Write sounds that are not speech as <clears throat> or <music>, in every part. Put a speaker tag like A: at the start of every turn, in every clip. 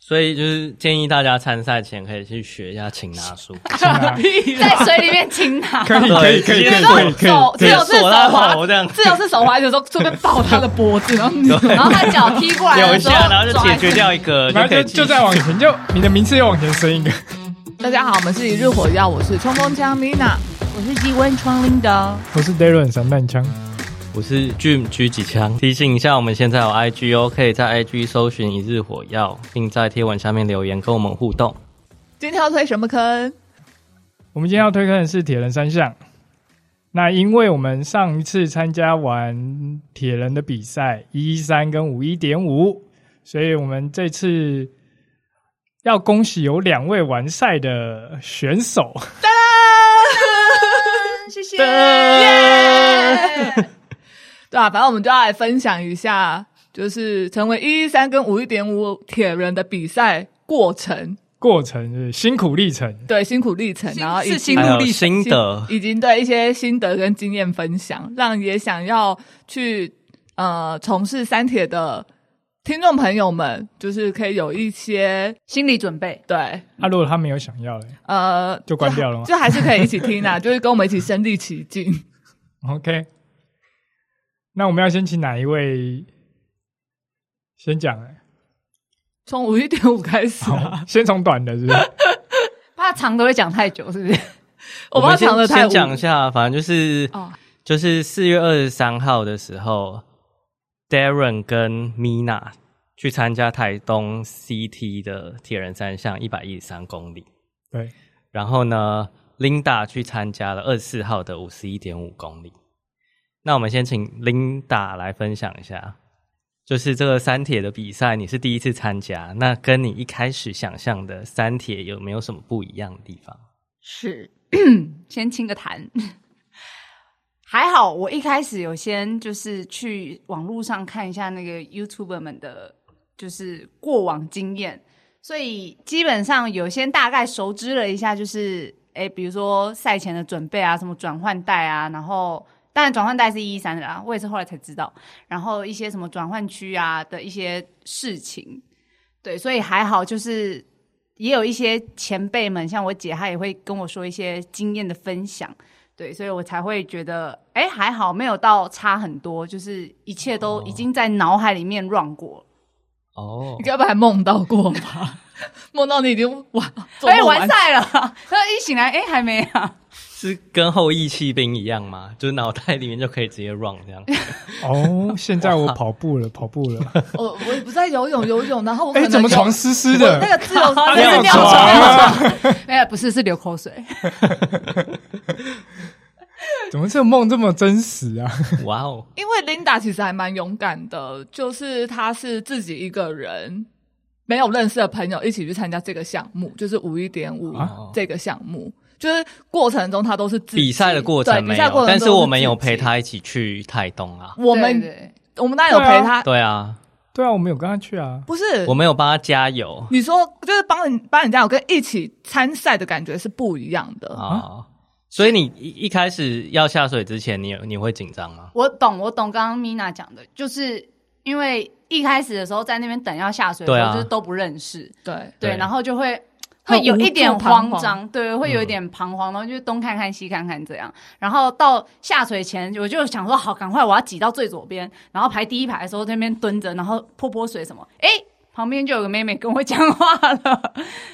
A: 所以就是建议大家参赛前可以去学一下擒拿
B: <laughs>
A: 术， <laughs>
C: 屁啦
B: 在水里面擒 <laughs> 拿，
D: 可以可以可以可以可以
B: 用
D: 可
B: 手
D: 以，
B: 自由式手
A: 锁他
B: 滑，
A: 头这样
B: 自由式手滑的时候顺便抱他的脖子，然后
A: <laughs>
B: 然后他脚踢过来
A: 扭
B: 的
A: 一
B: 时候，
A: 下，然后就解决
B: 抓一下。
A: 掉一个，就
D: 反
A: 可
D: 正
A: 以
D: 就就再往前，就你的名次又往前升一个。
B: 大家好，我们是一日火药，我是冲锋枪 Mina，我是机关窗 Linda。
D: <laughs> 我是 Darren 散弹枪，
A: 我是 Jim 狙几枪，提醒一下，我们现在有 IG 哦，可以在 IG 搜寻一日火药，并在贴文下面留言跟我们互动。
B: 今天要推什么坑？
D: 我们今天要推坑的是铁人三项。那因为我们上一次参加完铁人的比赛一一三跟五一点五，所以我们这次要恭喜有两位完赛的选手。
B: 谢谢。 <laughs> 对啊，反正我们就要来分享一下，就是成为一一三跟五一点五铁人的比赛过程，
D: 过程是辛苦历程，
B: 对辛苦历程，
C: 辛
B: 然后以
C: 是
B: 及
C: 辛
A: 还
C: 苦
A: 有
C: 历
A: 心得，
B: 已经对一些心得跟经验分享，让也想要去呃从事三铁的听众朋友们，就是可以有一些
C: 心理准备。
B: 对
D: 啊，如果他没有想要嘞欸
B: 呃，
D: 就关掉了吗
B: 就还是可以一起听
D: <laughs>
B: 啊，就是跟我们一起身临其境。
D: ，OK。那我们要先请哪一位先讲、欸？
B: 从五一点五开始啊、
A: <laughs>
D: 好，先从短的是不是？
C: 怕长的会讲太久，是不是？
B: 我
A: 们
B: 怕
A: 先
B: 讲的太
A: 先
B: 无
A: 讲一下，反正就是、
B: 哦
A: 就是四月二十三号的时候，Darren 跟 Mina 去参加台东 CT 的铁人三项一百一十三公里，
D: 对，
A: 然后呢，Linda 去参加了二十四号的五十一点五公里。那我们先请 Linda 来分享一下，就是这个三铁的比赛，你是第一次参加，那跟你一开始想象的三铁有没有什么不一样的地方？
C: 是， <clears throat> 先清个痰。 <laughs> 还好，我一开始有先就是去网络上看一下那个 YouTuber 们的，就是过往经验，所以基本上有先大概熟知了一下，就是诶，比如说赛前的准备啊，什么转换带啊，然后当然转换带是一一三的啦，我也是后来才知道，然后一些什么转换区啊的一些事情，对，所以还好就是也有一些前辈们，像我姐，她也会跟我说一些经验的分享，对，所以我才会觉得，哎，还好没有到差很多，就是一切都已经在脑海里面 run 过了。
A: 哦
B: 你，该不会还梦到过吧？
D: <laughs>
B: 梦到你已经完，做
C: 所以
B: 梦
D: 哎
C: 完赛了， <laughs> 所以一醒来，哎，还没 <laughs> 啊，
A: 是跟后羿弃兵一样吗？就是脑袋里面就可以直接 run
B: <laughs>
A: 这样？
D: 哦，现在我跑步了，跑步了。
B: 我我也不在游泳，游泳，然后我可
D: 哎、
B: 能
D: 怎么
B: 有
D: 床湿湿
B: 那
D: 的？
B: 个
D: <laughs>
C: <laughs>
B: 自由
C: 啊
B: 那是
C: 尿床
B: 尿床，
C: <laughs> 没有，不是，是流口水。
D: 怎么这个梦这么真实啊？ <laughs>
A: 哇哦，
B: 因为 Linda 其实还蛮勇敢的，就是她是自己一个人，没有认识的朋友一起去参加这个项目，就是五一点五
A: 啊
B: 这个项目，就是过程中她都是自己
A: 比赛的过
B: 对
A: 程
B: 比
A: 没
B: 赛过
A: 有，
B: 程，
A: 但是我们有陪，他一起去台东啊。
B: 我
C: 对
B: 们
C: 对
B: 我们当然有陪她，
A: 对啊，
D: 对啊，我们有跟他去啊。
B: 不是
A: 我们有帮他加油
B: 你说就是帮人帮人家有跟一起参赛的感觉是不一样的。
A: 啊。所以你一一开始要下水之前，你有你会紧张吗？
C: 我懂，我懂。刚刚 Mina 讲的，就是因为一开始的时候在那边等要下水的时
A: 对
C: 候，
A: 啊
C: 就是都不认识，
B: 对，
C: 对，
A: 对
C: 然后就会
B: 很
C: 会有
B: 无
C: 一
B: 助
C: 点
B: 彷
C: 慌
B: 徨
C: 张，对，会有
A: 嗯
C: 一点彷徨，然后就东看看西看看这样。然后到下水前，我就想说，好，赶快我要挤到最左边，然后排第一排的时候在那边蹲着，然后泼泼水什么，哎、旁边就有个妹妹跟我讲话
A: <laughs>
C: 了，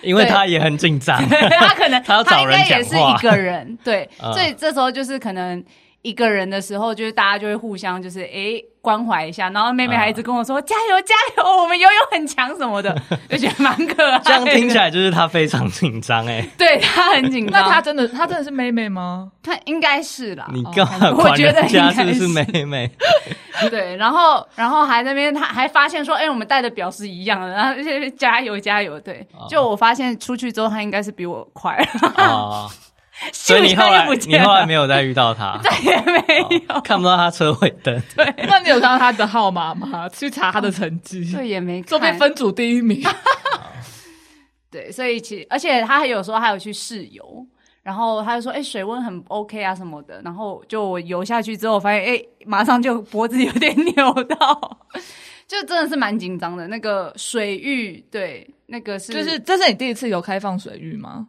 A: 因为他也很紧
C: <laughs>
A: 张，
C: 她可能
A: 她要
C: 她
A: 找
C: 应
A: 人
C: 该也
A: 讲
C: 是
A: 话
C: 一个人，对，
A: 嗯
C: 所以这时候就是可能一个人的时候，就是大家就会互相就是哎、关怀一下，然后妹妹还一
A: 嗯
C: 直跟我说、加油加油，我们游泳很强什么的，
A: <laughs>
C: 就觉得蛮可爱的。
A: 这样听起来就是他非常紧张
C: <laughs>
A: 哎。 <laughs>
C: 对她很紧
B: 那
C: 张，
B: 她真的她真的是妹妹吗？
C: 他应该是啦，
A: 你干嘛
C: 哦我
A: 管
C: 觉得
A: 人家
C: 应
A: 是
C: 该
A: 不
C: 是
A: 是妹
C: <laughs>
A: 妹？
C: 对，然后然后还在那边，他还发现说，哎、我们带的表是一样的，然后就是加油加油，对，
A: 哦
C: 就我发现出去之后，他应该是比我快了，
A: 啊， <laughs> 所以你后来
C: 咻一下就不
A: 你
C: 见了
A: 后来没有再遇到
C: <laughs>
A: 他，
C: 再也没有，
A: 哦看不到他车尾
C: <laughs>
A: 灯。
B: 那你有看到她的号码吗？去查她的成绩，
C: 对，也没
B: 说不定
C: 看，
B: 分组第一名。
C: 对，所以其而且他还有时候还有去试游。然后他就说：“哎、水温很 OK 啊，什么的。”然后就我游下去之后，发现哎、马上就脖子有点扭到， <laughs> 就真的是蛮紧张的。那个水域，对，那个是
B: 就是这是你第一次有开放水域吗？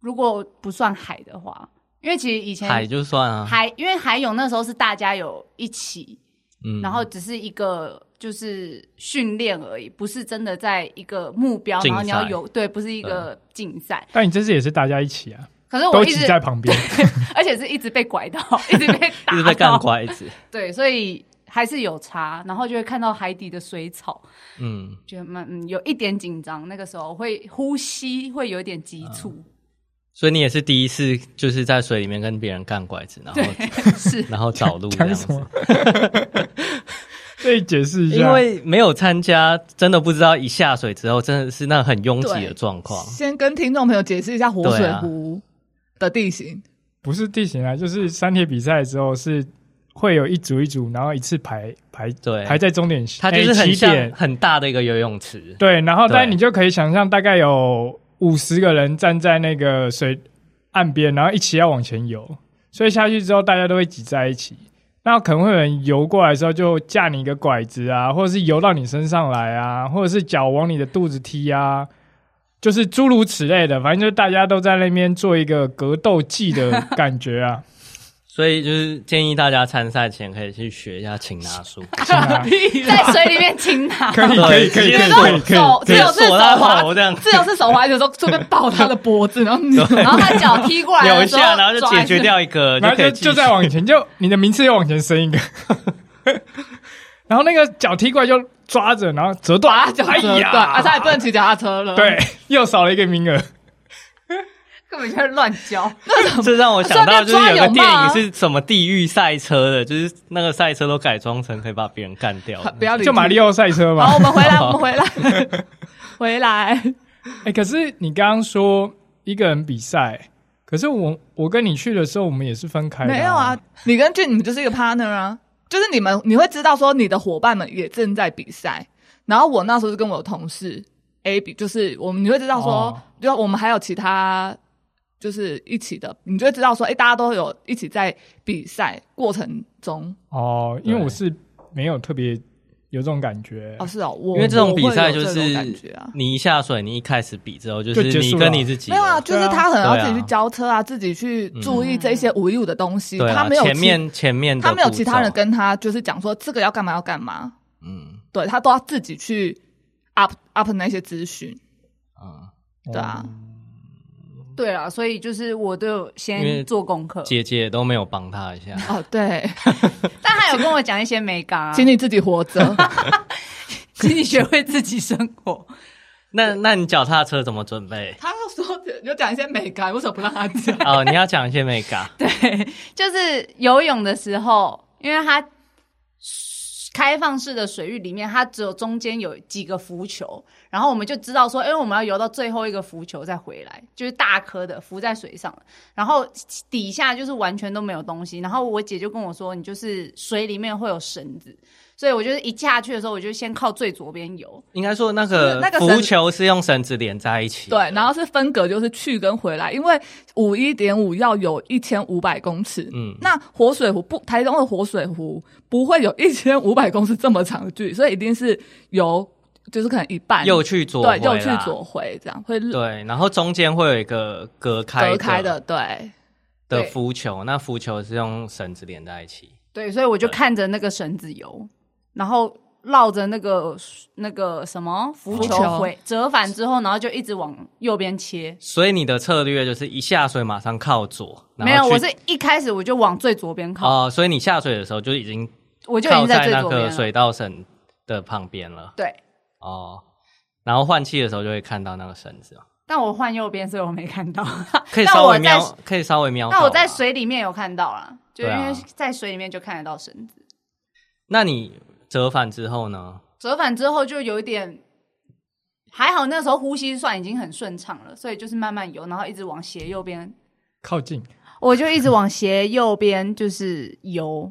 C: 如果不算海的话，因为其实以前
A: 海就算啊，
C: 海因为海泳那时候是大家有一起，
A: 嗯，
C: 然后只是一个就是训练而已，不是真的在一个目标，
A: 竞赛嗯
C: 然后你要有对，不是一个竞赛。
D: 但你这次也是大家一起啊，
C: 可是我
D: 都
C: 一
D: 挤
C: 直，
D: 在旁边，
C: 而且是一直被拐
A: <laughs>
C: 到，一直被
A: 一
C: 打到，
A: 直被干瓜一直，
C: <laughs> 对，所以还是有差，然后就会看到海底的水草，
A: 嗯，
C: 觉得蛮嗯有一点紧张。那个时候会呼吸会有点急促，
A: 所以你也是第一次就是在水里面跟别人干拐子，然后
C: 是
A: <laughs> 然后找路这样
D: 讲
A: 子
D: 什。么？ <laughs> 可以解释一下，
A: 因为没有参加，真的不知道一下水之后，真的是那很拥挤的状况。
B: 先跟听众朋友解释一下活
A: 对
B: 水
A: 啊
B: 湖的地 <laughs> 形，
D: 不是地形啊，就是三铁比赛之后是会有一组一组，然后一次排排
A: 对
D: 排在终点线，
A: 它就是
D: 哎
A: 很
D: 起
A: 像
D: 点，
A: 很大的一个游泳池，
D: 对，然后
A: 对
D: 但你就可以想象，大概有五十个人站在那个水岸边，然后一起要往前游，所以下去之后大家都会挤在一起。那可能会有人游过来的时候就架你一个拐子啊，或者是游到你身上来啊，或者是脚往你的肚子踢啊，就是诸如此类的。反正就是大家都在那边做一个格斗技的感觉啊。
A: 所以就是建议大家参赛前可以去学一下擒拿术，
D: 是啊
C: 在水里面擒
A: <laughs>
C: 拿，
D: 可以可以可以可以可以可以
B: 手
D: 可
B: 只
D: 以，
B: 有是手
A: 锁他
B: 滑
A: 头这样，
B: 自由是手滑的时候顺便抱他的脖子，然
A: <laughs>
B: 后你
C: 然后他脚踢过来
A: 扭一
C: 的时候
A: 下，然后就
C: 抓
A: 解
C: 一
A: 决
C: 下
A: 掉一个，
D: 然后
A: 可
D: 就
A: 以继续
D: 就再往前，就你的名次又往前升一个， <laughs> 然后那个脚踢过来就抓着，然后折断，
B: 把他脚折
D: 哎
B: 断，
D: 呀
B: 啊，他也不能骑脚踏车了。
D: 对，又少了一个名额。
C: 根本就是乱教。
A: <laughs> 这让我想到，就是有个
B: 顺便抓
A: 电
B: 有骂
A: 影
B: 啊
A: 是什么地狱赛车的，就是那个赛车都改装成可以把别人干掉。
B: <laughs> 不要理。
D: 就马里。奥赛车
B: 好，
D: 嘛
B: 我。们回来，我们回来， <laughs> 回来。
D: 哎，可是你刚刚说一个人比赛，可是我我跟你去的时候，我们也是分开的。
B: 没有啊，，你跟俊，你们就是一个 partner 啊，就是你们你会知道说你的伙伴们也正在比赛，然后我那时候是跟我的同事 A 比，就是我们你会知道说，
D: 哦
B: 就我们还有其他就是一起的，你就会知道说，哎、大家都有一起在比赛过程中。
D: 哦，因为
A: 对
D: 我是没有特别有这种感觉
B: 哦，。是哦，我
A: 因为这种比赛就
B: 我会有这种
A: 是
B: 感觉啊。
A: 你一下水，你一开始比之后就
D: 就结
A: 是
D: 束
A: 你
D: 了
A: 跟你自己
B: 没有啊，就是他可能
A: 对啊
B: 要
A: 嗯
B: 自己去交车啊，自己去注意这些无义务的东西。
A: 对啊
B: 他没有
A: 前
B: 其
A: 面前面的
B: 他没有其他人
A: 步骤
B: 跟他就是讲说这个要干嘛要干嘛，
A: 嗯
B: 对他都要自己去 up up 那些资讯，
A: 嗯，
B: 对啊，
C: 对啊，所以就是我都有
A: 因为
C: 先做功课，
A: 姐姐都没有帮他一下，
B: 哦对，
C: 但他有跟我讲一些美感啊，
B: 请你自己活着。
C: <laughs> 请你学会自己生活。
A: 那那你脚踏车怎么准备？
B: 他说有讲一些美感，为什么不让他
A: <laughs>
B: 讲？ <laughs>
A: 哦，你要讲一些美嘎，
C: 就是游泳的时候，因为它开放式的水域里面，它只有中间有几个浮球，然后我们就知道说，因哎为我们要游到最后一个浮球再回来，就是大颗的浮在水上，然后底下就是完全都没有东西。然后我姐就跟我说，你就是水里面会有绳子，所以我就是一下去的时候，我就先靠最左边游，
A: 应该说那个
B: 那个绳
A: 浮球是用绳子连在一起的，
B: 对，然后是分隔，就是去跟回来，因为五一点五要有一千五百公尺，
A: 嗯
B: 那活水湖不，台中的活水湖不会有一千五百公尺这么长的距离，所以一定是由就是可能一半
A: 右去左
B: 对右
A: 回
B: 去
A: 啦
B: 左回这样会
A: 对，然后中间会有一个隔开
B: 隔开的，对，
A: 的
C: 对
A: 浮球，那浮球是用绳子连在一起。
C: 对，所以我就看着那个绳子游，然后绕着那个那个什么浮
B: 浮
C: 球
B: 球
C: 回折返之后，然后就一直往右边切。
A: 所以你的策略就是一下水马上靠左，然
C: 没
A: 后
C: 有，
A: 去
C: 我是一开始我就往最左边靠，
A: 哦、所以你下水的时候就已经
C: 我就已
A: 靠
C: 经
A: 在
C: 最
A: 那
C: 左边
A: 个
C: 了。
A: 水道绳的旁边了
C: 对，
A: 哦。然后换气的时候就会看到那个绳子嘛，
C: 但我换右边，所以我没看到。
A: <laughs> 可以
C: 但
A: 稍
C: 我
A: 微
C: 在
A: 瞄，可以稍微瞄到吧。啊
C: 但我在水里面有看到啦，就因
A: 对啊
C: 为在水里面就看得到绳子。
A: 那你折返之后呢？
C: 折返之后就有一点，还好那时候呼吸算已经很顺畅了，所以就是慢慢游，然后一直往斜右边
D: 靠近，
C: 我就一直往斜右边就是游，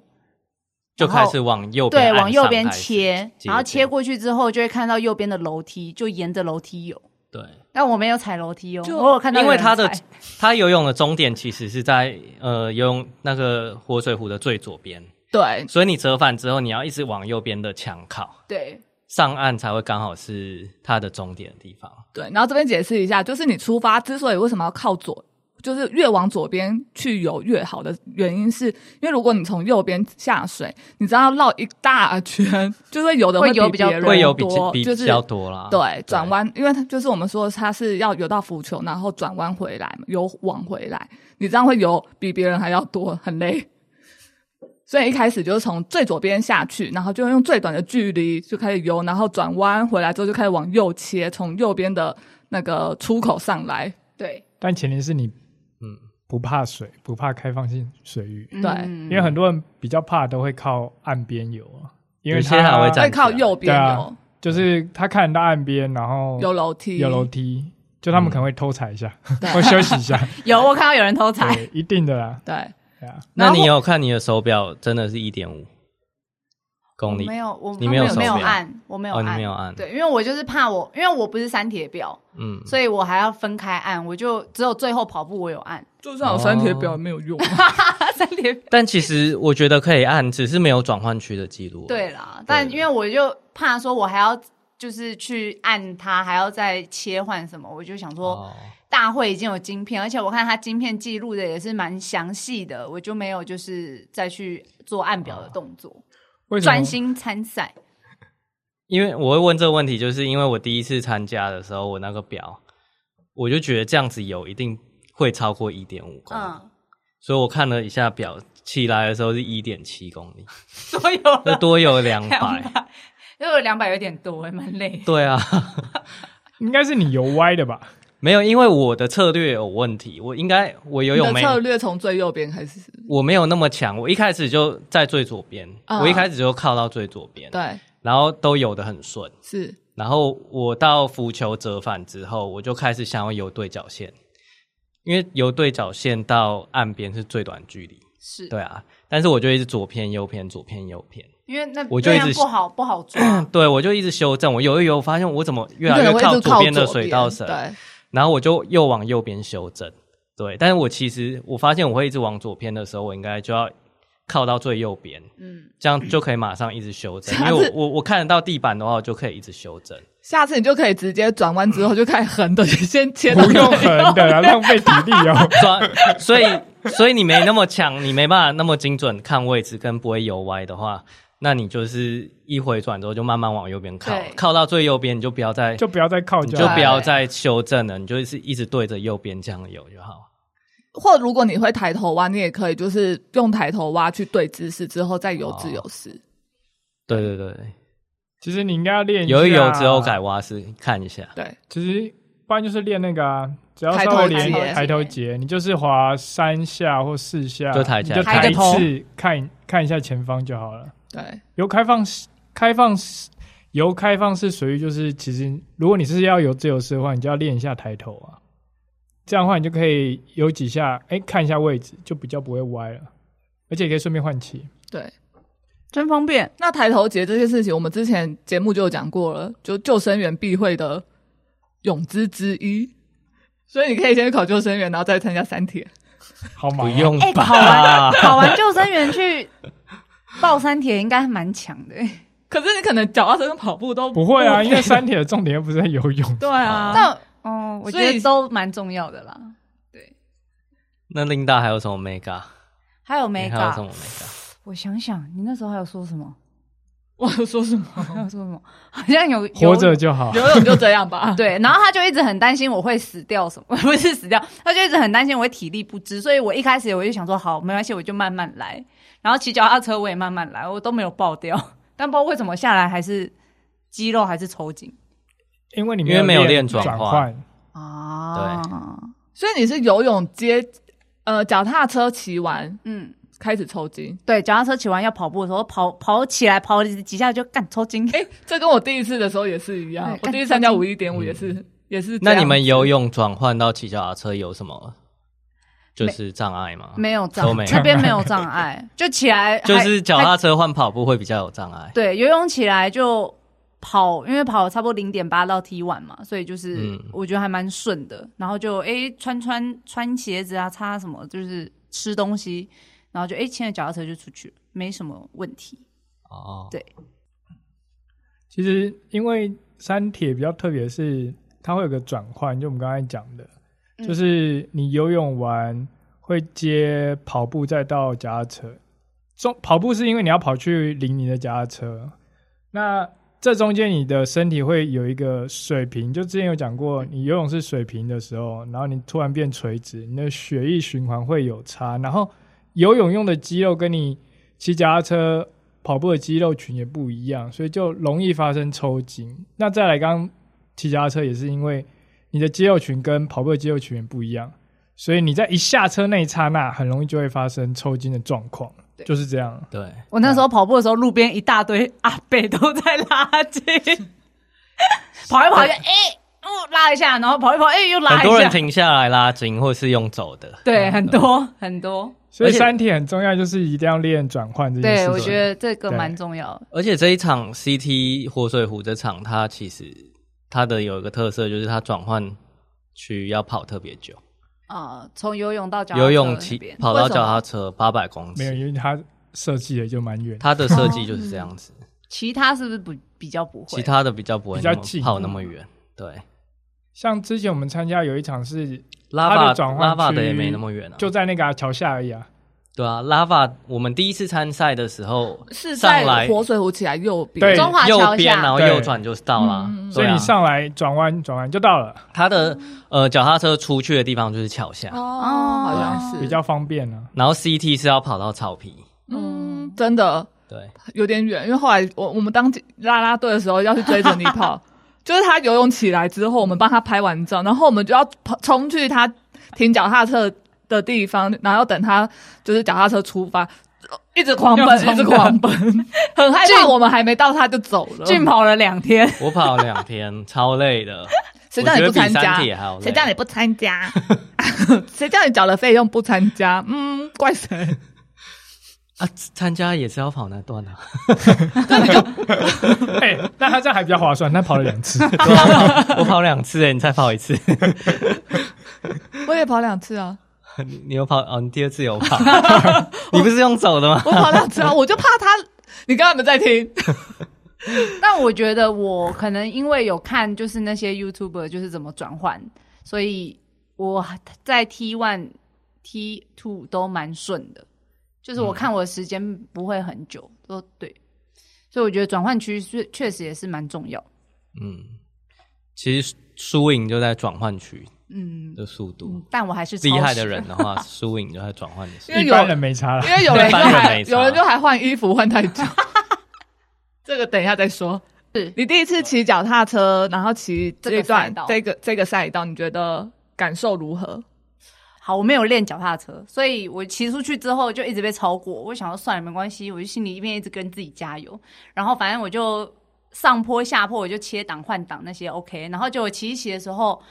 A: 就开始往右边
C: 对，
A: 岸上
C: 往右边
A: 开始
C: 切，
A: 接
C: 然后切
A: 近
C: 过去之后就会看到右边的楼梯，就沿着楼梯游。
A: 对，
C: 但我没有踩楼梯哦，
B: 就
C: 我有看到
A: 因
C: 有
A: 为
C: 人踩，
A: 它的它游泳的终点其实是在呃游泳那个活水湖的最左边，
B: 对，
A: 所以你折返之后你要一直往右边的墙靠。
C: 对，
A: 上岸才会刚好是它的终点的地方。
B: 对，然后这边解释一下，就是你出发之所以为什么要靠左，就是越往左边去游越好的原因是，因为如果你从右边下水，你知道绕一大圈，就是会游的
C: 会游比较
B: 别人
A: 会有比
B: 多，
A: 比
B: 就
A: 比
B: 是
A: 较多啦，
B: 对，转弯，因为它就是我们说它是要游到浮球，然后转弯回来嘛，游往回来，你这样会游比别人还要多，很累。 <laughs> 所以一开始就是从最左边下去，然后就用最短的距离就开始游，然后转弯回来之后就开始往右切，从右边的那个出口上来。
C: 对
D: 但前提是你
A: 嗯，
D: 不怕水，不怕开放性水域，
C: 嗯
B: 对
D: 因为很多人比较怕都会靠岸边游啊，因为
A: 有些还
D: 他
A: 会站
B: 会靠右边
D: 对啊
B: 游，
D: 就是他看得到岸边，然后
B: 有楼梯，
D: 啊有楼梯，就他们可能会偷踩一下， <laughs>
B: 对
D: 或休息一下，
C: 有我看到有人偷踩，
D: 对，一定的啦，
A: 哦
B: 对，
D: 对啊，
A: 那
C: 然后
A: 你有看你的手表，真的是一点五公里？
C: 我没有，我
A: 你没有
C: 我没有
A: 手表
C: 按，我没有
A: 哦，你
C: 按，
A: 没有按，，
C: 对，因为我就是怕我，因为我不是三铁表，
A: 嗯，
C: 所以我还要分开按，我就只有最后跑步我有按
B: 就算有三铁表也没有用。啊
C: 三铁表。
A: 但其实我觉得可以按，只是没有转换区的记录。，
C: 对啦，但因为我就怕说我还要就是去按它，还要再切换什么，我就想说
A: 哦，
C: 大会已经有晶片，而且我看它晶片记录的也是蛮详细的，我就没有就是再去做按表的动作，
A: 啊
D: 为什
C: 专
D: 么？
C: 心参赛。
A: 因为我会问这个问题，就是因为我第一次参加的时候，我那个表，我就觉得这样子有一定会超过一点五公里，
C: 嗯， <laughs>
A: 所以我看了一下表，起来的时候是一点七公里，
C: 所有了
A: 那多有两百。
C: 200，因为两百有点多，还蛮累。
A: 对啊， <laughs>
D: 应该是你游歪的吧？
A: 没有，因为我的策略有问题，我应该我游
B: 你
A: 泳
B: 的
A: 没
B: 策略从最右边开始，
A: 我没有那么强，我一开始就在最左边，
B: 嗯
A: 我一开始就靠到最左边，
B: 对，
A: 然后都游得很顺。
B: 是
A: 然后我到浮球折返之后，我就开始想要游对角线，因为游对角线到岸边是最短距离。
C: 是
A: 对啊，但是我就一直左偏右偏左偏右偏，
C: 因为那
A: 我就
C: 那
A: 一
C: 样
A: 直
C: 不好不好
A: <coughs>，
C: 抓
A: 对我就一直修正。我游一游，发现我怎么越
B: 你
A: 来
B: 可
A: 越
B: 能会一直
A: 左
B: 靠
A: 边的水稻绳，
B: 对，
A: 然后我就又往右边修正。对，但是我其实我发现我会一直往左偏的时候，我应该就要靠到最右边，
C: 嗯，
A: 这样就可以马上一直修正，因
B: 下
A: 为
B: 次
A: 我我我看得到地板的话，我就可以一直修正。
B: 下次你就可以直接转弯之后就开始横的，先切到
D: 不用横的啦，浪费体力
A: <laughs>
D: 哦。
A: 抓所以所以你没那么强，你没办法那么精准看位置，跟不会游歪的话，那你就是一回转之后就慢慢往右边靠
C: 对，
A: 靠到最右边你就不要再
D: 就不要再靠
A: 你
D: 近，
A: 就不要再修正了，你就是一直对着右边这样游就好。
B: 或如果你会抬头蛙，你也可以就是用抬头蛙去对姿势，之后再游自由式。
A: 对对对对，
D: 其实你应该要练下
A: 游一游之后改，蛙式看一下。
D: 哦
B: 对，
D: 其实不然就是练那个啊，只要
B: 抬
D: 稍
B: 头
D: 微连
C: 节
D: 抬头节，你就是滑三下或四下，
A: 就抬起
D: 你
A: 来
D: 就
C: 抬
D: 抬一
C: 个头
D: 次，看看一下前方就好了。
B: 对，
D: 游开放式开放式游开放式水域，就是其实如果你是要游自由式的话，你就要练一下抬头啊，这样的话你就可以游几下，哎、看一下位置，就比较不会歪了，而且也可以顺便换气。
B: 对。
C: 真方便。
B: 那抬头节这件事情，我们之前节目就有讲过了，就救生员必会的泳姿之一。所以你可以先去考救生员，然后再参加三铁。 <laughs>
D: 好忙、啊
A: 不，用
C: 哎、考
A: 吧 <laughs>
C: 完？考完救生员去报三铁应该蛮强的、
B: 可是你可能脚踏车跟跑步都
D: 不会啊，因为
B: 配
D: 三铁的重点又不是在游泳。
B: 对啊，
D: <laughs>
C: 但哦，我觉
B: 所以
C: 得都蛮重要的啦。
A: 那琳达还有什么 mega？
C: 还有
A: 你
C: 美
A: 还有什
C: 感
A: 么，mega？
C: 我想想，你那时候还有说什么？ <laughs>
B: 我有说什么？
C: 还有说什么？好像 <laughs> 有
D: 活着就好，
B: 游泳就这样
A: <laughs>
B: 吧。
C: 对，然后他就一直很担心我会死掉什么，不是死掉，他就一直很担心我会体力不支，所以我一开始我就想说，好，没关系，我就慢慢来。然后骑脚踏车我也慢慢来，我都没有
A: <laughs>
C: 爆掉，但不知道为什么下来还是肌肉还是抽筋
D: 因为你
A: 因为没有
D: 练
A: 练转
D: 转
A: 换
D: 换，
C: 啊。
B: 所以你是游泳接呃脚踏车骑完
C: 嗯，
B: 开始抽筋。
C: 对，脚踏车骑完要跑步的时候，跑跑起来跑几下就干抽筋。
B: 哎、这跟我第一次的时候也是一样
C: 对，嗯
B: 我
C: 干
B: 第一次参加五一点五也是、也是这
A: 那
B: 样。
A: 你们游泳转换到骑脚踏车有什么就是障碍吗？
C: 没 <laughs> 有
A: 都
C: 障
A: 没，有
C: 那边没有障碍，就起来
A: 就
C: 还
A: 是脚
C: 还
A: 踏车换跑步会比较有障碍。
C: 对，游泳起来就跑，因为跑差不多零点八到 T one 嘛，所以就是
A: 嗯
C: 我觉得还蛮顺的。然后就诶穿穿穿鞋子啊，擦什么，就是吃东西，然后就诶牵着脚踏车就出去了，没什么问题。
A: 哦，
C: 对
D: 其实因为山铁比较特别，是它会有个转换，就我们刚才讲的，
C: 嗯
D: 就是你游泳完会接跑步，再到脚踏车。中跑步是因为你要跑去淋你的脚踏车，那这中间你的身体会有一个水平，就之前有讲过，你游泳是水平的时候，然后你突然变垂直，你的血液循环会有差，然后游泳用的肌肉跟你骑脚踏车跑步的肌肉群也不一样，所以就容易发生抽筋。那再来，刚刚骑脚踏车也是因为你的肌肉群跟跑步的肌肉群也不一样，所以你在一下车那一刹那，很容易就会发生抽筋的状况，
B: 对
D: 就是这样。
A: 对，
C: 我那时候跑步的时候，路边一大堆阿伯都在拉筋，跑一跑就哎、哦拉一下，然后跑一跑哎、又拉
A: 很
C: 一下，
A: 多人停下来拉筋，或是用走的。
C: 对，很多
A: 嗯
C: 很多。
D: 所以
A: 而且
D: 三体很重要，就是一定要练转换
A: 嗯
D: 这件事
C: 对，
D: 情。
C: 我觉得这个
D: 对
C: 蛮重要的。
A: 而且这一场 CT 活水湖这场，它其实它的有一个特色就是它转换区要跑特别久，
C: 呃，从游泳到脚踏车
A: 游泳
C: 那
A: 骑
C: 边
A: 跑到
C: 为什
A: 脚
C: 么
A: 踏车八百公
D: 没有，
A: 尺，
D: 因为它设计的就蛮远。
A: 它的设计就是这样子，
C: 其他是不是不比较 <laughs> 不会？
A: 其他的比较不会
D: 比较
A: 那么
D: 近
A: 跑那么远。对，
D: 像之前我们参加有一场是
A: 拉
D: 它
A: 法
D: 的转
A: 拉
D: 换
A: 法
D: 区
A: 的也没那么远啊，
D: 就在那个、啊、桥下而已啊。
A: 对啊，拉法我们第一次参赛的时候
B: 是
A: 上
B: 在
A: 来
B: 活水湖起来右边，
D: 对
C: 中华
A: 右
C: 桥
A: 边，然
C: 下，
A: 后
D: 对
A: 右转就是到啦。
B: 嗯
D: 所
A: 对
D: 以
A: 啊
D: 你上来转弯转弯就到了，
A: 它的呃脚踏车出去的地方就是桥下，
B: 哦，
C: 哦
B: 好像是
D: 比较方便
A: <laughs>
D: 啊。
A: 然后 CT 是要跑到草皮。
B: 嗯，真的
A: 对，
B: 有点远，因为后来我我们当啦啦队的时候要去追着你
C: <laughs>
B: 跑，就是他游泳起来之后，我们帮他拍完照，然后我们就要跑冲去他停脚踏车的地方，然后等他就是脚踏车出发，一直狂
C: 要
B: 奔，
C: 冲
B: 一直狂奔，很害怕
C: 俊
B: 我们还没到他就走了。
C: 俊跑了两天，
A: 我跑了两天，超累的。
B: 谁叫你不参
A: 我觉得比
B: 加
A: 三铁还要？累
B: 谁叫你不
A: <laughs>
B: 参加？ <laughs> 谁叫你缴了费用不参加？嗯，怪谁？
A: 啊，参加也是要跑那段啊， <laughs>
D: 哎、那他这样还比较划算，他跑了两次。
A: 我跑两次欸诶，你才跑一次， <laughs>
B: 我也跑两次啊，
A: 你你有跑哦，你第二次有跑， <laughs> 你不是用走的吗？
B: 我跑两
A: <laughs>
B: 次啊，我就怕他。你刚刚有没有在听？
C: <laughs> 但我觉得我可能因为有看就是那些 YouTuber 就是怎么转换，所以我在 T one、T two 都蛮顺的，就是我看我的时间不会很久，都对，所以我觉得转换区是确实也是蛮重要。
A: 嗯，其实输赢就在转换区
C: 嗯，
A: 的速度，
C: 但我还是
A: 厉
C: 超
A: 害的
C: 时
A: 人的话，输赢就在转换的速
B: 因为
D: 一
B: 有
D: 般人没差了
B: 因。为有人就
A: 一般人
B: 还
A: 没差
B: 有人就还换衣服换太久， <laughs> 这个等一下再说。
C: 是
B: 你第一次骑脚踏车，然后骑这一段
C: 这个赛道
B: 这个这个赛道，你觉得感受如何？
C: 好，我没有练脚踏车，所以我骑出去之后就一直被超过。我想要算了，没关系，我就心里一边一直跟自己加油。然后反正我就上坡下坡，我就切档换挡那些 OK。然后就我骑一骑的时候，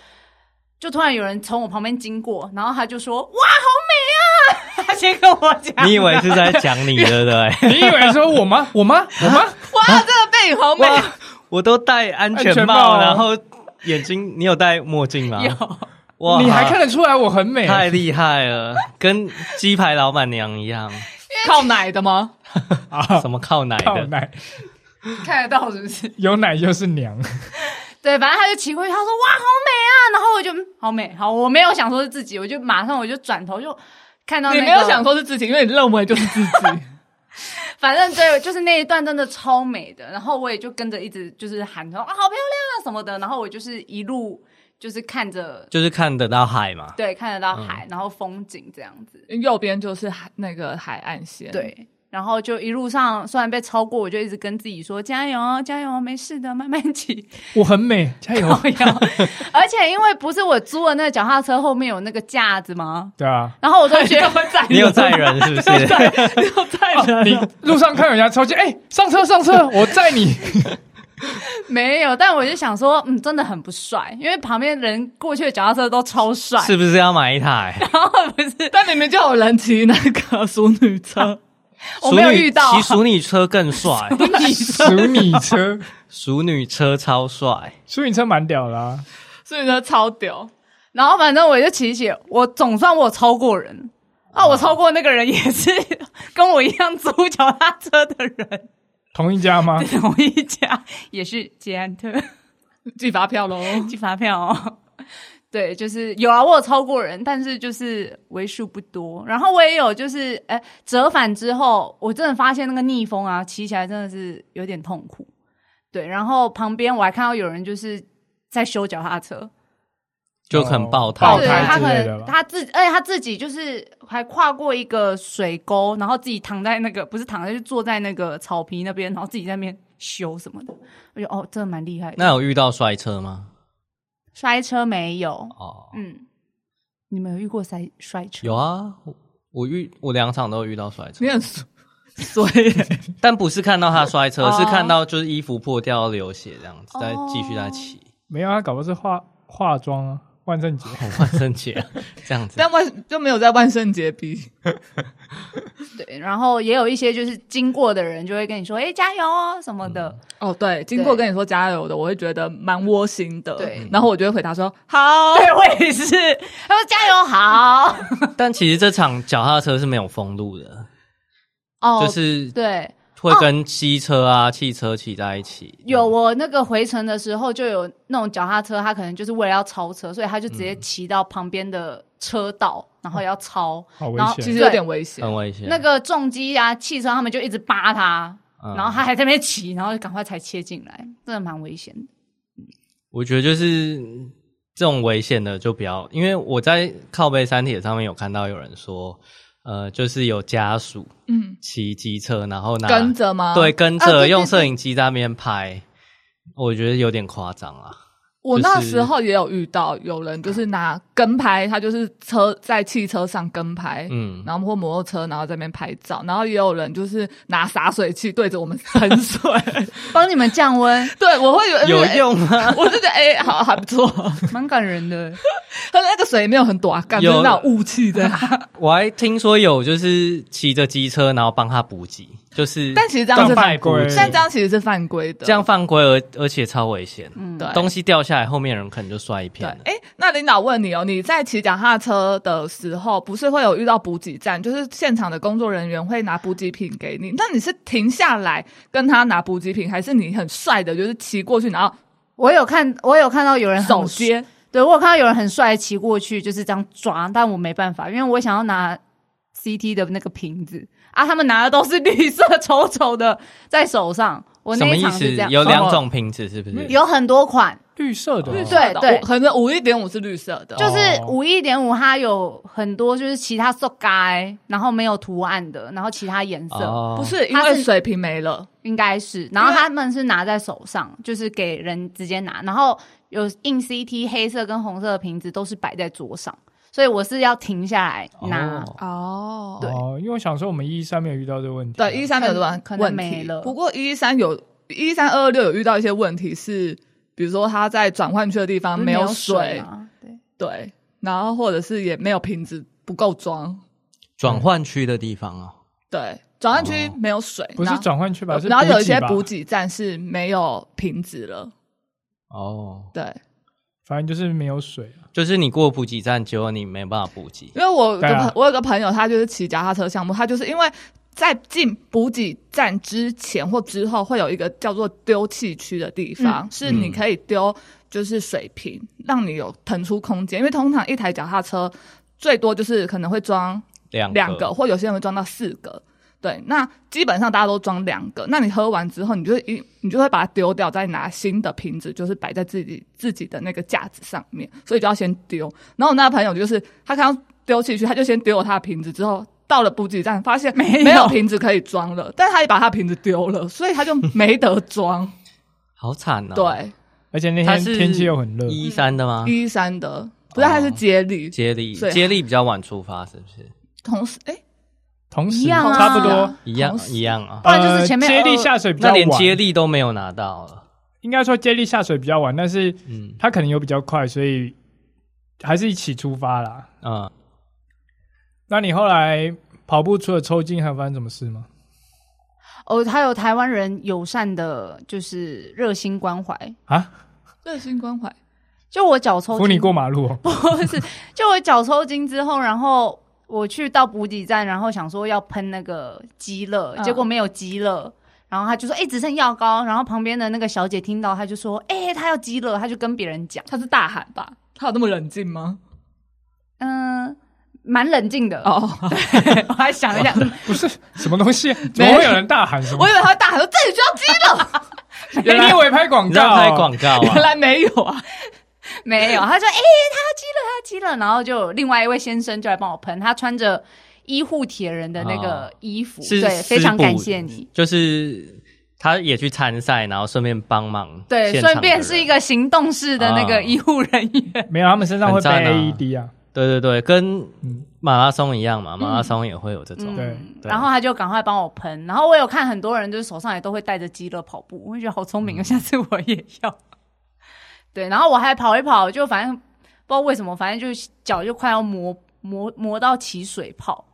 C: 就突然有人从我旁边经过，然后他就说：“哇，好美啊！” <laughs> 他先跟我讲的，
A: 你以为是在讲你，对不对？
D: <laughs> 你以为说我吗？我吗？我吗？
B: 哇，这个背影好美！
A: 哇，我都戴安
D: 安
A: 全
D: 全
A: 帽，
D: 帽啊
A: 然后眼睛，你有戴墨镜吗？
C: 有
A: <laughs> 哇，
D: 你还看得出来我很美？
A: 太厉害了，跟鸡排老板娘一样，
B: 靠奶的吗？
D: 啊！
A: 什么靠奶
D: 靠
A: 的，
D: 奶，
C: 看得到是不是？
D: 有奶就是娘。
C: <laughs> 对，反正他就骑过去，他说：“哇，好美啊！”然后我就嗯好美，好，我没有想说是自己，我就马上我就转头就看到、那
B: 你
C: 个、
B: 没有想说是自己，因为你认为就是自己。 <laughs>
C: 反正对，就是那一段真的超美的，然后我也就跟着一直就是喊说啊，好漂亮啊什么的，然后我就是一路就是看着，
A: 就是看得到海
C: <laughs>
A: 嘛。
C: 对，看得到海，然后风景这样子，
B: 右边就是海那个海岸线，，
C: 对。然后就一路上，虽然被超过，我就一直跟自己说加油哦，加油哦，没事的，慢慢骑。 <laughs>
D: 我很美，加油！
C: 不要，而且因为不是我租的那个脚踏车后面有那个架子吗？
D: 对啊，
C: 然后我同学会载
A: <laughs>
C: <laughs>
A: 你有载人是不是？
D: 哦你路上看人家抽筋，哎、上车上车，我
A: <laughs>
D: 载你。
C: 没有？但我就想说，嗯，真的很不帅，因为旁边人过去的脚踏车都超帅，
A: 是不是要买一台？
C: 然后 <laughs> 不是
B: <laughs> 但明明就有人骑那个淑女车，
C: 我没有遇到
A: 骑淑女车更帅，
D: 淑女车，
A: 淑女车超帅。
D: 淑女车蛮屌啦、啊，
B: 淑女车超屌，
C: 然后反正我就骑一骑，我总算我超过人啊 <laughs> 啊，我超过那个人也是跟我一样租脚踏车的人，
D: 同一家吗？
C: <laughs> 同一家也是捷安特
B: 寄发票喽。
C: 寄发票、哦。 <laughs> 对，就是有啊，我有超过人，但是就是为数不多。然后我也有，就是哎折返之后，我真的发现那个逆风啊，骑起来真的是有点痛苦。对，然后旁边我还看到有人就是在修脚踏车，
A: 就很爆胎
D: 爆
C: 对，啊
D: 胎
C: 他
D: 之
C: 可
D: 类的
C: 能
D: 吧
C: 他自己，而且他自己就是还跨过一个水沟，然后自己躺在那个不是躺在，就坐在那个草皮那边，然后自己在那边修什么的。我觉得哦，真的蛮厉害的。
A: 那有遇到摔车吗？
C: 摔车没有？
A: 哦，
C: 嗯，你们有遇过摔摔车？
A: 有啊，我我遇我两场都有遇到摔车
B: <laughs> 你，很衰衰耶、
A: 但不是看到他摔车，
C: 哦
A: 是看到就是衣服破掉流血这样子，再
C: 哦
A: 继续再骑。 <laughs>
D: 没有啊，搞不好是化化妆啊，万圣节。
A: 我万圣节这样子，
B: <laughs> 但万就没有在万圣节比。
C: 对，然后也有一些就是经过的人就会跟你说：“哎、加油哦什么
A: 嗯
C: 的。
B: 哦，对，经过
C: 对
B: 跟你说加油的，我会觉得蛮窝心的。
C: 对
B: 然后我就会回答说好。
C: <laughs> 对，我也是。他说：“加油，
A: <laughs>
C: 好。
A: 但其实这场脚踏车是没有封路的，”
C: 哦，
A: 就是
C: 对，
A: 会跟机车啊、汽车骑在一起。
C: 有我那个回程的时候就有那种脚踏车，他可能就是为了要超车，所以他就直接骑到旁边的车道，然后要超。
D: 好危
C: 然后
D: 险
B: 其实有点危险
A: 很，危险。
C: 那个重机啊、汽车他们就一直扒他，
A: 嗯
C: 然后他还在那边骑，然后就赶快才切进来，真的蛮危险的。
A: 我觉得就是这种危险的就不要，因为我在靠背山铁上面有看到有人说，呃，就是有家属
B: 嗯，
A: 骑机车，然后拿
B: 跟着吗？
A: 对，跟
B: 啊对
A: 着、
B: 对
A: 用
B: 对
A: 摄影机在那边拍，我觉得有点夸张啊。
B: 我
A: 就是
B: 那时候也有遇到有人就是拿跟拍，他就是车在汽车上跟拍，
A: 嗯，
B: 然后或摩托车，然后在那边拍照，然后也有人就是拿洒水器对着我们喷 <laughs> 水。
C: 帮你们降温，
B: 对，我会有
A: 有，用吗？ <laughs>
B: 哎 <laughs> 我就觉得哎、好还不错。
C: 蛮感人的。
B: 但是那个水没有很短，感觉
A: 有
B: 那种雾气 <laughs> 在。
A: 我还听说有就是骑着机车，然后帮他补给，就是
B: 但其实这样是
D: 犯
B: 犯
D: 规
B: 但这样其实是犯规的。
A: 这样犯规，而而且超危险。
C: 啊嗯，
B: 对
A: 东西掉下来，后面人可能就摔一
B: 对
A: 片了，。
B: 哎、那领导问你哦，你在骑脚踏车的时候，不是会有遇到补给站，就是现场的工作人员会拿补给品给你，那你是停下来跟他拿补给品，还是你很帅的，就是骑过去然后
C: 我有看，我有看到有人很
B: 手接？
C: 对我有看到有人很帅地骑过去，就是这样抓，但我没办法，因为我想要拿 CT 的那个瓶子啊，他们拿的都是绿色 <laughs> 丑丑的在手上。我
A: 什
C: 那
A: 么
C: 一
A: 意
C: 场
A: 思
C: 是这？样，
A: 有两种瓶子是不是？
C: 有很多款，
D: 绿色的哦，
A: 绿色
C: 对对
B: 我可能五一点五是绿色的，
C: 就是
D: 哦
C: 五一点五，它有很多就是其他色该，然后没有图案的，然后其他颜色、
A: 哦
B: 不是因
C: 它
B: 为
C: 是
B: 水瓶没了，
C: 应该是，然后他们是拿在手上，就是给人直接拿，然后有硬 CT 黑色跟红色的瓶子都是摆在桌上，所以我是要停下来拿。
A: 哦
B: 哦对
D: 哦，因为我想说我们一三没有遇到这个问题，啊
B: 对，一三没有这个
C: 可能
B: 问
C: 没
B: 题
C: 了
B: 不过一三有一三二六有遇到一些问题是，比如说他在转换区的地方
C: 不是
B: 啊没有
C: 水吗？对，
B: 对，然后或者是也没有瓶子不够装，
A: 转换区的地方哦。
B: 对，转换区没有水，
D: 哦不是转换区吧？
B: 然后
D: 是
B: 然后有一些
D: 吧
B: 补，给站是没有瓶子了，
C: 嗯
A: 哦，
B: 对，
D: 反正就是没有水啊。
A: 就是你过补给站，结果你没办法补给，
B: 因为我有个
D: 对啊
B: 朋、我有个朋友，他就是骑脚踏车项目，他就是因为。在进补给站之前或之后，会有一个叫做丢弃区的地方，
D: 嗯
B: 是你可以丢就是水瓶，让你有腾出空间。因为通常一台脚踏车最多就是可能会装
A: 两
B: 两个，或有些人会装到四个。对，那基本上大家都装两个。那你喝完之后，你就一你就会把它丢掉，再拿新的瓶子，就是摆在自己自己的那个架子上面，所以就要先丢。然后我那个朋友就是他看到丢弃区，他就先丢了他的瓶子，之后到了补给站发现
C: 没有
B: 没有瓶子可以装了，但是他也把他的瓶子丢了，所以他就没得装。
A: 好惨哦。，
B: 对，
D: 而且那
A: 它
D: 天
A: 是
D: 天气又很热，
A: 一三的吗？
C: 嗯
B: 一三的不是他是接力，
A: 接力，
B: 所以
A: 接力比较晚出发，是不是？
B: 同时哎、
D: 同时
C: 一样啊
D: 差不多，
A: 一样
B: 同时
A: 一样啊。
C: 不然就是前面
D: 呃接力
C: 二
D: 下水比较
A: 那连
D: 晚
A: 接力都没有拿到了，
D: 应该说接力下水比较晚，但是
A: 嗯
D: 他可能有比较快，所以还是一起出发啦。
A: 嗯，
D: 那你后来跑步除了抽筋，还有发生什么事吗？
C: 哦，还有台湾人友善的，就是热心关怀。
D: 啊，
B: 热心关怀，
C: 就我脚抽筋，
D: 扶你过马路、哦，
C: <laughs> 不是，就我脚抽筋之后，然后我去到补给站，然后想说要喷那个鸡乐，
B: 嗯
C: 结果没有鸡乐，然后他就说：“哎、只剩药膏。”然后旁边的那个小姐听到，她就说：“哎、他要急了。”她就跟别人讲，
B: 他是大喊吧？他有那么冷静吗？
C: 嗯、蛮冷静的。
B: 哦，
C: 我还想了一下，嗯
D: 不是什么东西，啊
C: <laughs>
D: 怎么会有人大喊什么
B: 我以？为他大喊说这里就要鸡了，
D: 原来你以为拍广
A: 你
D: 告
A: 知道拍
D: 哦？
A: 广告
B: 原
A: 啊？
B: 来没有啊。
C: 没有，他说：“哎、他要急了，他要急了。”然后就有另外一位先生就来帮我喷，他穿着医护铁人的那个
A: 哦
C: 衣服，
A: 是
C: 对，非常
A: 师傅
C: 感谢你。
A: 就是他也去参赛，然后顺便帮忙现场
C: 对，
A: 的人，
C: 顺便是一个行动式的那个
A: 啊
C: 医护人员。
D: 没有，他们身上会背
A: 很赞啊
D: AED 啊。
A: 对对对，跟马拉松一样嘛，马拉松也会有这种。
D: 对
A: 对
B: 啊
C: 嗯然后他就赶快帮我喷，然后我有看很多人就是手上也都会带着鸡乐跑步，我就觉得好聪
B: 嗯
C: 明哦，下次我也要。对，然后我还跑一跑，就反正不知道为什么，反正就脚就快要磨磨磨到起水泡，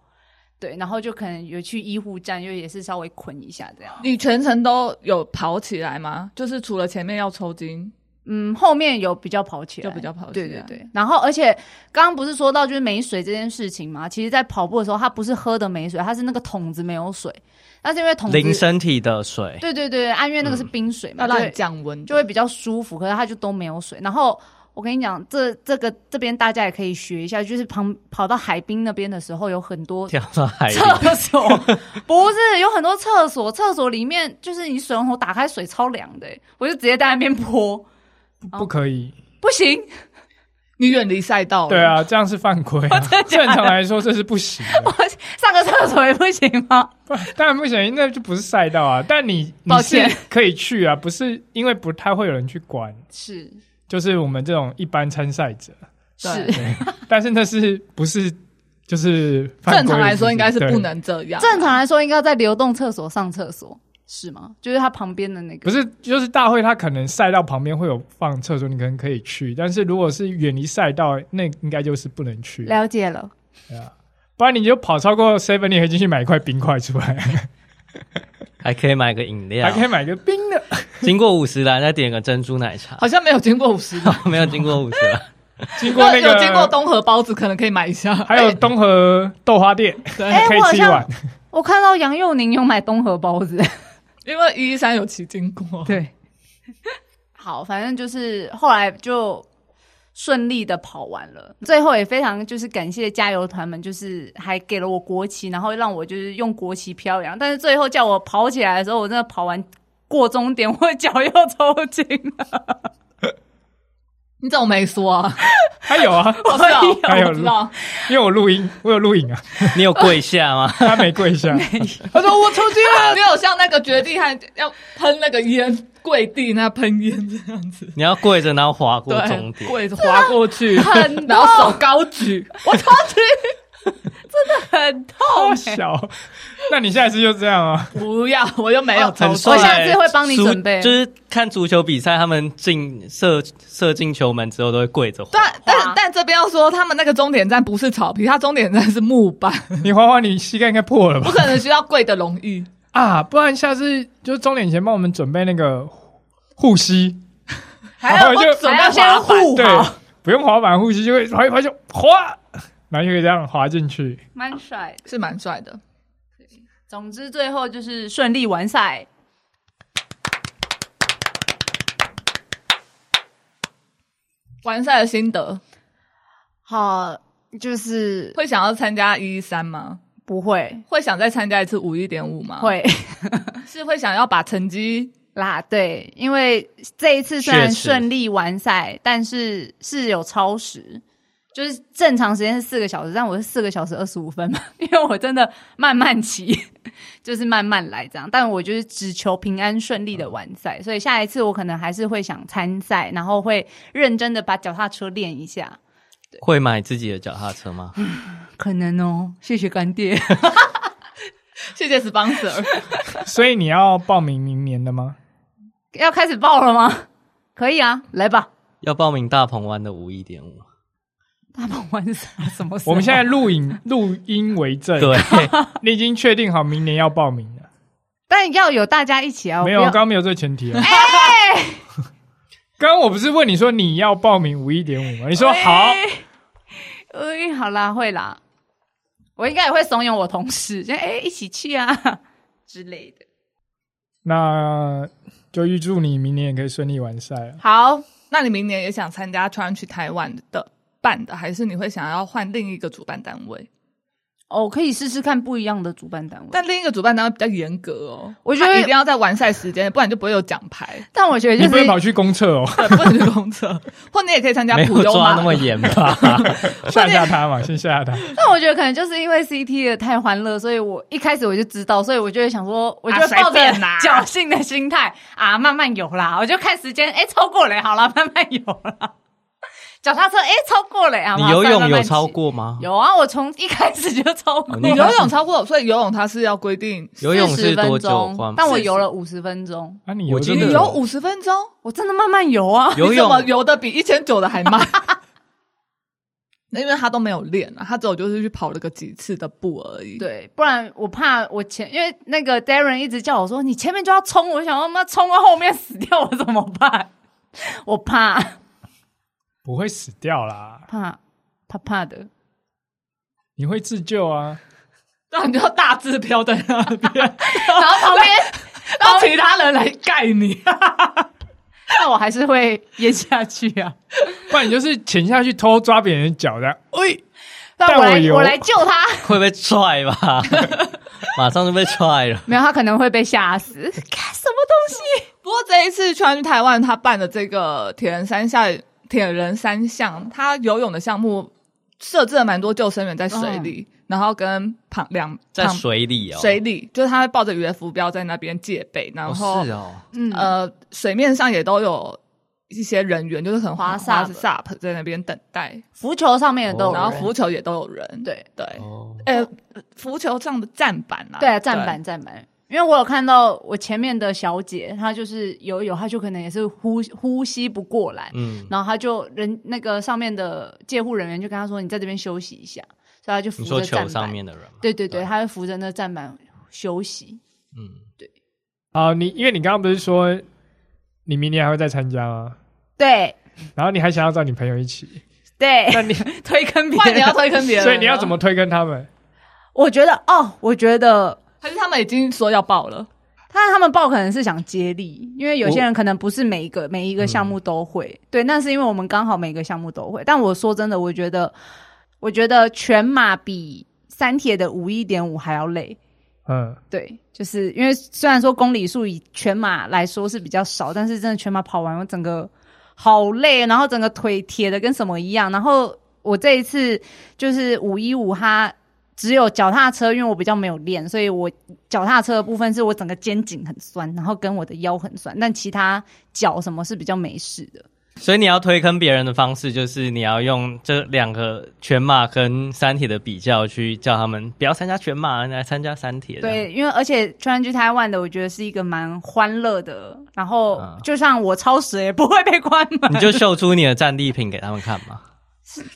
C: 对，然后就可能有去医护站，就也是稍微捆一下这样。
B: 你全程都有跑起来吗？就是除了前面要抽筋，
C: 嗯，后面有比较跑起来，
B: 就比较跑起
C: 对
B: 来
C: 对对。然后，而且刚刚不是说到就是没水这件事情嘛？其实，在跑步的时候，他不是喝的没水，他是那个桶子没有水，那是因为桶子
A: 淋身体的水，
C: 对对对，安因为那个是
D: 嗯
C: 冰水嘛，
B: 要
C: 就
B: 让
C: 会
B: 你降温，
C: 就会比较舒服。可是它就都没有水。然后我跟你讲，这这个这边大家也可以学一下，就是旁跑到海滨那边的时候，有很多
A: 跳到海里，
C: 厕
D: <laughs>
C: 所不是有很多厕所，厕所里面就是你水龙头打开水超凉的、欸我就直接在那边泼，
D: 不不可以，
C: 不行，
B: 你远离赛
C: 哦
B: 道了。
D: 对，啊，这样是犯规
C: <laughs>
D: 啊。正常来说这是不行的，
C: 上个厕所也不行吗？
D: 不当然不行，那就不是赛道啊。但你你
C: 抱
D: 是
C: 歉
D: 可以去啊，不是因为不太会有人去管，
C: 是
D: 就是我们这种一般参赛者。
B: 对
C: 是，
D: 但是那是不是就是犯规
B: 正常来说应该是
D: 对
B: 不能这样。啊
C: 正常来说应该在流动厕所上厕所是吗？就是它旁边的那个
D: 不是，就是大会它可能赛道旁边会有放厕所，你可能可以去，但是如果是远离赛道，那应该就是不能去，
C: 了解了。
D: 不然你就跑超过 seven，你可以进去买一块冰块出来，
A: 还可以买个饮料
D: 还，可以买个冰的。
A: 经过五十栏再点个珍珠奶茶，
B: 好像没有经过五十的，
A: 没有经过五十栏，
C: <laughs>
D: 经过那
B: 有经过
D: 个，
B: 东河包子，可能可以买一下。
D: 还有东河豆花店，
C: 哎
D: 可以
C: 我好
D: 吃一
C: 像
D: 碗。
C: 我看到杨佑宁有买东河包子，
B: <laughs> 因为一一三有骑经
C: <laughs>
B: 过，
C: 对，哦好，反正就是后来就顺利的跑完了，最后也非常就是感谢加油团们，就是还给了我国旗，然后让我就是用国旗飘扬，但是最后叫我跑起来的时候，我真的跑完过终点，我脚又抽筋了，
B: 你怎么没说啊？
D: 还有啊， <laughs>
B: 我知道，
D: 还有
B: 我知道。
D: 因为我录音，我有录
B: <laughs>
D: 影啊，
A: 你有跪下吗？ <laughs>
D: 他没跪下，
B: 他说我抽筋 <laughs> 了，你有像那个绝地汉要喷那个烟，跪地那喷烟这样子，
A: 你要跪着，然后滑过终
B: 对，
A: 点。
B: 跪着滑过 <laughs> 去，
C: 很
B: 然后手高举，我抽筋，
C: 很痛、 <laughs>
D: 好
C: 欸。
D: 小。那你下次就这样啊？
B: 不要， <laughs> 我又没有抽
A: 很
B: 筋，
A: 帅，
C: 我下次会帮你
A: 足
C: 准备
A: 就是看足球比赛，他们进射射进球门之后都会跪着滑。
B: 但但但这边要说，他们那个终点站不是草皮，它终点站是木 <laughs> 板，
D: 你花花，你膝盖应该破了吧
B: 我？可能需要跪的容易。
D: 啊，不然下次就终点前帮我们准备那个护膝，
B: 还
D: 然后
B: 要
D: 就
B: 准
C: 还要
B: 备
C: 先
B: 滑板，
C: 护
D: 对
C: 好，
D: 不用滑板护膝就会滑一滑就滑，然后就可以这样滑进去。
C: 蛮帅的。
B: 是蛮帅的。
C: 总之最后就是顺利完赛。
B: 完赛的心得，
C: 好，就是
B: 会想要参加一一三吗？
C: 不会
B: 会想再参加一次五一点五吗？，
C: 会
B: 是会想要把成绩
C: 啦，对，因为这一次虽然
A: 确实
C: 顺利完赛，但是是有超时。就是正常时间是四个小时，但我是四个小时二十五分嘛， <laughs> 因为我真的慢慢骑，就是慢慢来这样。但我就是只求平安顺利的完赛，所以下一次我可能还是会想参赛，然后会认真的把脚踏车练一下。
A: 会买自己的脚踏车吗？
C: 可能哦，谢谢干爹。
B: 谢谢 sponsor， <laughs>
D: 所以你要报名明年的吗？
C: <laughs> 要开始报了吗？可以啊，来吧。
A: 要报名大鹏湾的五一点五。
C: 大鹏湾是啥什
B: 啊
C: 么时候？
D: 我们现在录影录音为证，
A: 对，
C: <laughs>
D: 你已经确定好明年要报名了。
C: 但要有大家一起啊，
D: 没有，
C: 我
D: 刚
C: 不要哎
D: 刚没有这个前提啊。 <laughs> 刚刚我不是问你说你要报名五一点五吗？你说好，
C: 哎，好啦，会啦。 <laughs> 我应该也会怂恿我同事，就哎、一起去啊之类的。
D: 那就预祝你明年也可以顺利完赛啊！
B: 好，那你明年也想参加 Try 去台湾的办的，还是你会想要换另一个主办单位？
C: 哦，可以试试看不一样的主办单位。
B: 但另一个主办单位比较严格哦，
C: 我觉得，
B: 它一定要在完赛时间，不然就不会有奖牌 <laughs>
C: 但我觉得
D: 你不
C: 就
D: 能跑
C: 是
D: 去公厕
C: <laughs>
D: 哦，
B: 对，不能去公厕， <laughs> 或你也可以参加
A: 没
B: 普
A: 有
B: 悠
A: 抓
B: 玛
A: 那么严
C: <laughs>
A: 吧？
D: 吓吓他嘛，先吓吓他。
C: 但我觉得可能就是因为 CT 的太欢乐，所以我一开始我就知道，所以我就会想说，我就
B: 啊
C: 抱
B: 随
C: 着
B: 便啦
C: 侥幸的心态啊，慢慢有啦，我就看时间，哎、超过了，好啦，慢慢有啦。 <laughs> 脚踏车，哎、超过了啊！
A: 你
C: 好
A: 游泳
C: 算慢慢
A: 有超
C: 骑？
A: 过吗？
C: 有啊，我从一开始就超过。
A: 哦
B: 你游泳超过，所以游泳它是要规定，
A: 游泳
C: 40
A: 是多
C: 分
A: 久
C: 钟
A: 关？
C: 但我游了五十分钟，
D: 啊，你
A: 我
D: 有
A: 记
D: 这
A: 得
D: 个
B: 你游五十分钟，
C: 我真的慢慢
A: <laughs>
C: 游啊。
A: 游
B: 你怎么
A: 泳
B: 游的比一千九的还
A: <laughs>
B: 慢？因为他都没有练啊，他只有就是去跑了个几次的步而已。，
C: 对，不然我怕我前，因为那个 Darren 一直叫我说你前面就要冲，我想说妈冲到后面死掉我怎么办？ <laughs> 我怕
D: 不会死掉啦，
C: 怕怕怕的。
D: 你会自救啊！
B: 然后你就大字飘在那 <laughs> 边，
C: 然后旁 <laughs> 边，
B: 让其他人来盖 <laughs> 你。
C: 那我还是会咽下去啊。
D: 不然你就是潜下去偷抓别人的脚的，哎，
C: <laughs> 但
D: 但
C: 我
D: 我
C: 来
D: 游
C: 我来救他，
A: 会被踹吧？马上就被踹了。
C: <laughs> 没有他可能会被吓死。看 <laughs> 什么东西？
B: 不过这一次川去台湾，他办的这个铁人三项，铁人三项，他游泳的项目设置了蛮多救生员在水里，然后跟旁两
A: 嗯在
B: 旁
A: 水里哦，
B: 水里，就是他会抱着渔业浮标在那边戒备，然
A: 哦
B: 后、
A: 是哦，
C: 嗯
B: 呃水面上也都有一些人员，就是很
C: 划
B: 划
C: SUP
B: SUP 在那边等待，
C: 浮球上面也都有
A: 哦
C: 人，
B: 然后浮球也都有人，
C: 对
B: 对，
A: 哦，
B: 呃浮球上的站板啊，
C: 对啊，站板站板。因为我有看到我前面的小姐，她就是游一游，她就可能也是呼呼吸不过来，
A: 嗯，
C: 然后她就人那个上面的戒护人员就跟她说：“你在这边休息一下。”所以她就扶
A: 你说
C: 着站
A: 球
C: 板，
A: 上面的人吗？
C: 对对对，
A: 对
C: 她就扶着那站板休息。
A: 嗯，
D: 好，哦你因为你刚刚不是说你明年还会再参加吗？
C: 对
D: 然后你还想要找你朋友一起，
C: 对，
D: 那你
C: <laughs> 推坑别
B: 不然
C: 人
B: 你要推坑别人，
D: 所以你要怎？么推跟他们？
C: 我觉得哦，我觉得
B: 还是他们已经说要报了？
C: 他他们报可能是想接力，因为有些人可能不是每一个每一个项目都会。对，那是因为我们刚好每个项目都会。但我说真的，我觉得我觉得全马比三铁的五一点五还要累。
D: 嗯，
C: 对，就是因为虽然说公里数以全马来说是比较少，但是真的全马跑完，我整个好累，哦然后整个腿铁的跟什么一样。然后我这一次就是五一五，它只有脚踏车，因为我比较没有练，所以我脚踏车的部分是我整个肩颈很酸，然后跟我的腰很酸，但其他脚什么是比较没事的。
A: 所以你要推坑别人的方式就是你要用这两个全马跟三铁的比较去叫他们不要参加全马，来参加三铁。
C: 对，因为而且川剧台湾的，我觉得是一个蛮欢乐的，然后
A: 嗯
C: 就像我超时也不会被关门。
A: 你就秀出你的战利品给他们看嘛，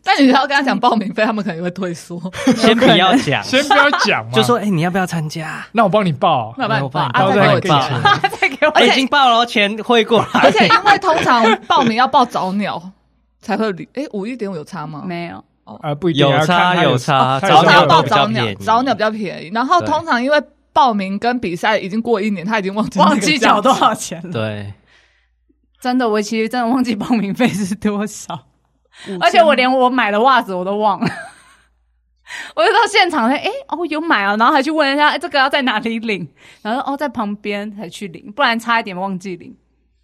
B: 但你要跟他讲报名费，他们可能也会退缩。
A: <laughs> 先不要讲，
D: 先不要讲嘛，
A: 就说哎、你要不要参加？
D: 那我帮你报，
B: 那
A: 哎
B: 办
A: 我帮
B: 法
A: 你，
D: 啊
A: 报，
D: 再
A: 我
D: 给
A: 帮
D: 你
A: 你
D: 钱
A: 报，
C: 再
A: <laughs>
C: 给我
A: 哎已经报了，钱汇过
B: 而
A: 来。
B: 且因为通常报名要报早鸟才会有礼，哎，五一点五有差吗？
C: 没有，
D: 啊，不一定
A: 有
D: 要看
A: 差
D: 他
A: 有差
D: 他
A: 早
D: 有
B: 通
A: 鸟
B: 常
D: 什么
B: 报
A: 比较
D: 报
B: 早
A: 便
B: 鸟，
A: 宜
B: 早鸟比较便宜。然后
A: 对
B: 通常因为报名跟比赛已经过一年，他已经忘记
C: <laughs> 忘记缴多
B: 到。
C: 少钱了。
A: <laughs> 对，
C: 真的，我其实真的忘记报名费是多 <laughs> 少，
B: 5000
C: 而且我连我买的袜子我都忘了。 <laughs> 我就到现场说：“哎、哦，有买啊！”然后还去问一下：“哎、这个要在哪里领？”然后说哦，在旁边才去领，不然差一点忘记领。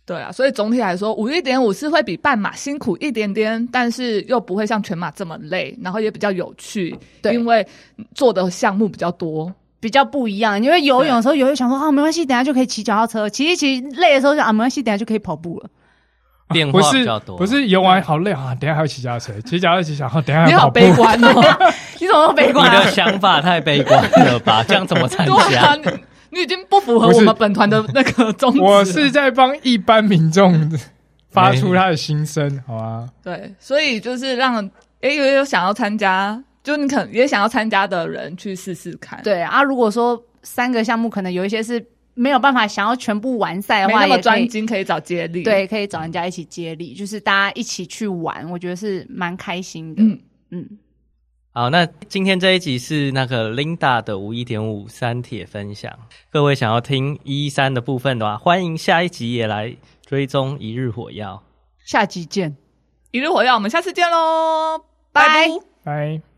B: 对啊，所以总体来说，五一点五是会比半马辛苦一点点，但是又不会像全马这么累，然后也比较有趣，
C: 对
B: 因为做的项目比较多。
C: 比较不一样，因为游泳的时候，游泳想说啊，没关系，等一下就可以骑脚踏车；骑一骑累的时候就啊，没关系，等一下就可以跑步了。
A: 变
D: 不
A: 化比
D: 是
A: 较多，
D: 不是游完好累啊，等一下还要骑脚踏
A: <laughs>
D: 车，骑脚踏车骑脚踏车，等一下还
B: 你
D: 要
B: 好
D: 跑步
B: 悲观哦，
C: <laughs> 你怎么那么悲
A: 你
C: 观、啊
A: 的？想法太悲观了吧？这样怎么参
D: <laughs>
B: 对啊，
A: 加？
B: 你你已经不符合
D: 不是
B: 我们本团的那个宗旨了。
D: 我是在帮一般民众发出他的心声，好啊吗？
B: 对，所以就是让也有有想要参加，就你可能也想要参加的人去试试看。，
C: <laughs> 对啊，如果说三个项目可能有一些是没有办法想要全部完赛的
B: 没
C: 话，
B: 那么
C: 也可以
B: 专精，可以找接力。，
C: 对，可以找人家一起接力，就是大家一起去玩，我觉得是蛮开心的。
B: 嗯
C: 嗯，
A: 好，那今天这一集是那个 Linda 的五一点五三铁分享。各位想要听一三的部分的话，欢迎下一集也来追踪一日火药。
C: 下集见。
B: 一日火药，我们下次见喽，
C: 拜
B: 拜
D: 拜。